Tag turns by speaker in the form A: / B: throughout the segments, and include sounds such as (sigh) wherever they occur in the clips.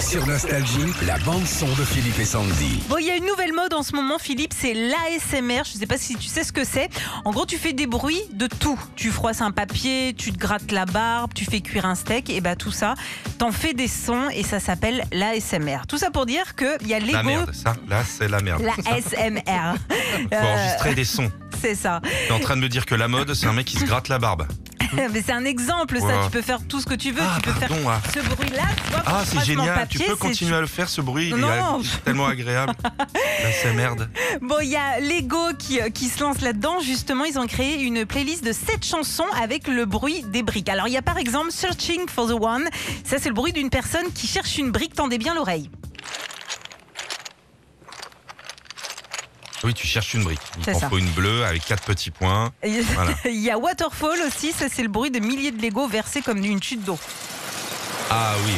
A: Sur Nostalgie, la bande-son de Philippe et Sandy.
B: Bon, il y a une nouvelle mode en ce moment, Philippe, c'est l'ASMR. Je ne sais pas si tu sais ce que c'est. En gros, tu fais des bruits de tout. Tu froisses un papier, tu te grattes la barbe, tu fais cuire un steak, et bah tout ça, t'en fais des sons et ça s'appelle l'ASMR. Tout ça pour dire qu'il y a
C: La
B: l'ego,
C: merde, ça, là, c'est la
B: (laughs)
C: merde.
B: la
C: (laughs)
B: SMR.
C: Faut enregistrer des sons.
B: Euh, c'est
C: (laughs)
B: ça.
C: T'es en train de me dire que la mode, c'est un mec qui se gratte la barbe.
B: Mais c'est un exemple, ça.
C: Voilà.
B: Tu peux faire tout ce que tu veux.
C: Ah,
B: tu peux faire
C: pardon. Ah,
B: ce bruit-là. tu vois, quand
C: Ah,
B: tu
C: c'est
B: froisses mon
C: génial.
B: papier,
C: tu peux
B: c'est-
C: continuer à le faire, ce bruit. Il
B: Non.
C: est
B: (laughs)
C: tellement agréable. là, c'est merde.
B: Bon, il y a Lego qui, euh, qui se lance là-dedans. Justement, ils ont créé une playlist de 7 chansons avec le bruit des briques. Alors, il y a par exemple Searching for the One. Ça, c'est le bruit d'une personne qui cherche une brique. Tendez bien l'oreille. (laughs)
C: Oui, tu cherches une brique. Il
B: C'est
C: t'en
B: ça.
C: faut une bleue avec quatre petits points.
B: Et-
C: Voilà.
B: Il y a Waterfall aussi. Ça, c'est le bruit de milliers de Lego versés comme une chute d'eau.
C: Ah oui.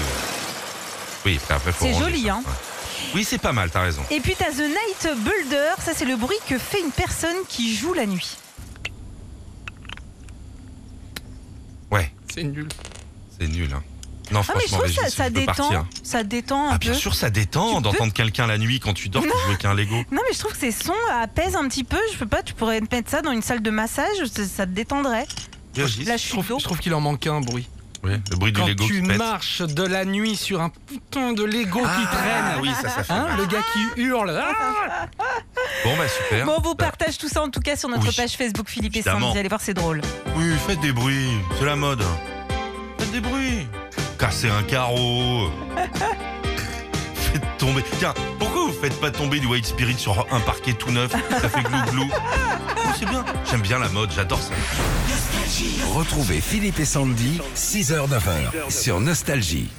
C: Oui, Oui, après, faut
B: C'est
C: ranger
B: joli,
C: ça.
B: hein.
C: Ouais. Oui, c'est pas mal, t'as raison.
B: Et puis, tu as The Night Builder. Ça, c'est le bruit que fait une personne qui joue la nuit.
C: Ouais,
D: C'est nul.
C: c'est nul. Hein. Non,
B: Ah,
C: franchement,
B: mais je trouve
C: Régis,
B: ça,
C: si
B: ça
C: je peux
B: détend.
C: partir.
B: Ça détend un peu.
C: Ah, bien sûr, ça détend
B: Tu
C: d'entendre quelqu'un la nuit quand tu dors, tu joues avec un Lego.
B: Non, mais je trouve que ces sons apaisent un petit peu. Je peux pas, tu pourrais te mettre ça dans une salle de massage. Ça, ça te détendrait. (laughs)
C: Régis,
B: La
D: Je
B: chute
D: trouve,
B: d'eau.
D: je trouve qu'il en manque un bruit.
C: oui, le bruit du
D: Quand
C: Lego
D: tu
C: qui pète.
D: marches de la nuit sur un putain de Lego qui
C: Ah
D: traîne.
C: oui, ça, ça fait
D: Hein,
C: mal.
D: le gars qui hurle. Ah
C: Bon, bah super.
B: Bon, on vous partage tout ça en tout cas sur notre
C: Oui.
B: page Facebook Philippe et Sandy.
C: Évidemment.
B: Vous allez voir, c'est drôle.
C: Oui, faites des bruits, c'est la mode. Faites des bruits. Cassez
B: (laughs)
C: un carreau. faites tomber. Tiens, pourquoi vous faites pas tomber du White Spirit sur un parquet tout neuf Ça fait glou
B: (laughs)
C: glou. C'est bien. J'aime bien la mode, j'adore ça.
A: Retrouvez Philippe et Sandy, 6h-9h, sur Nostalgie.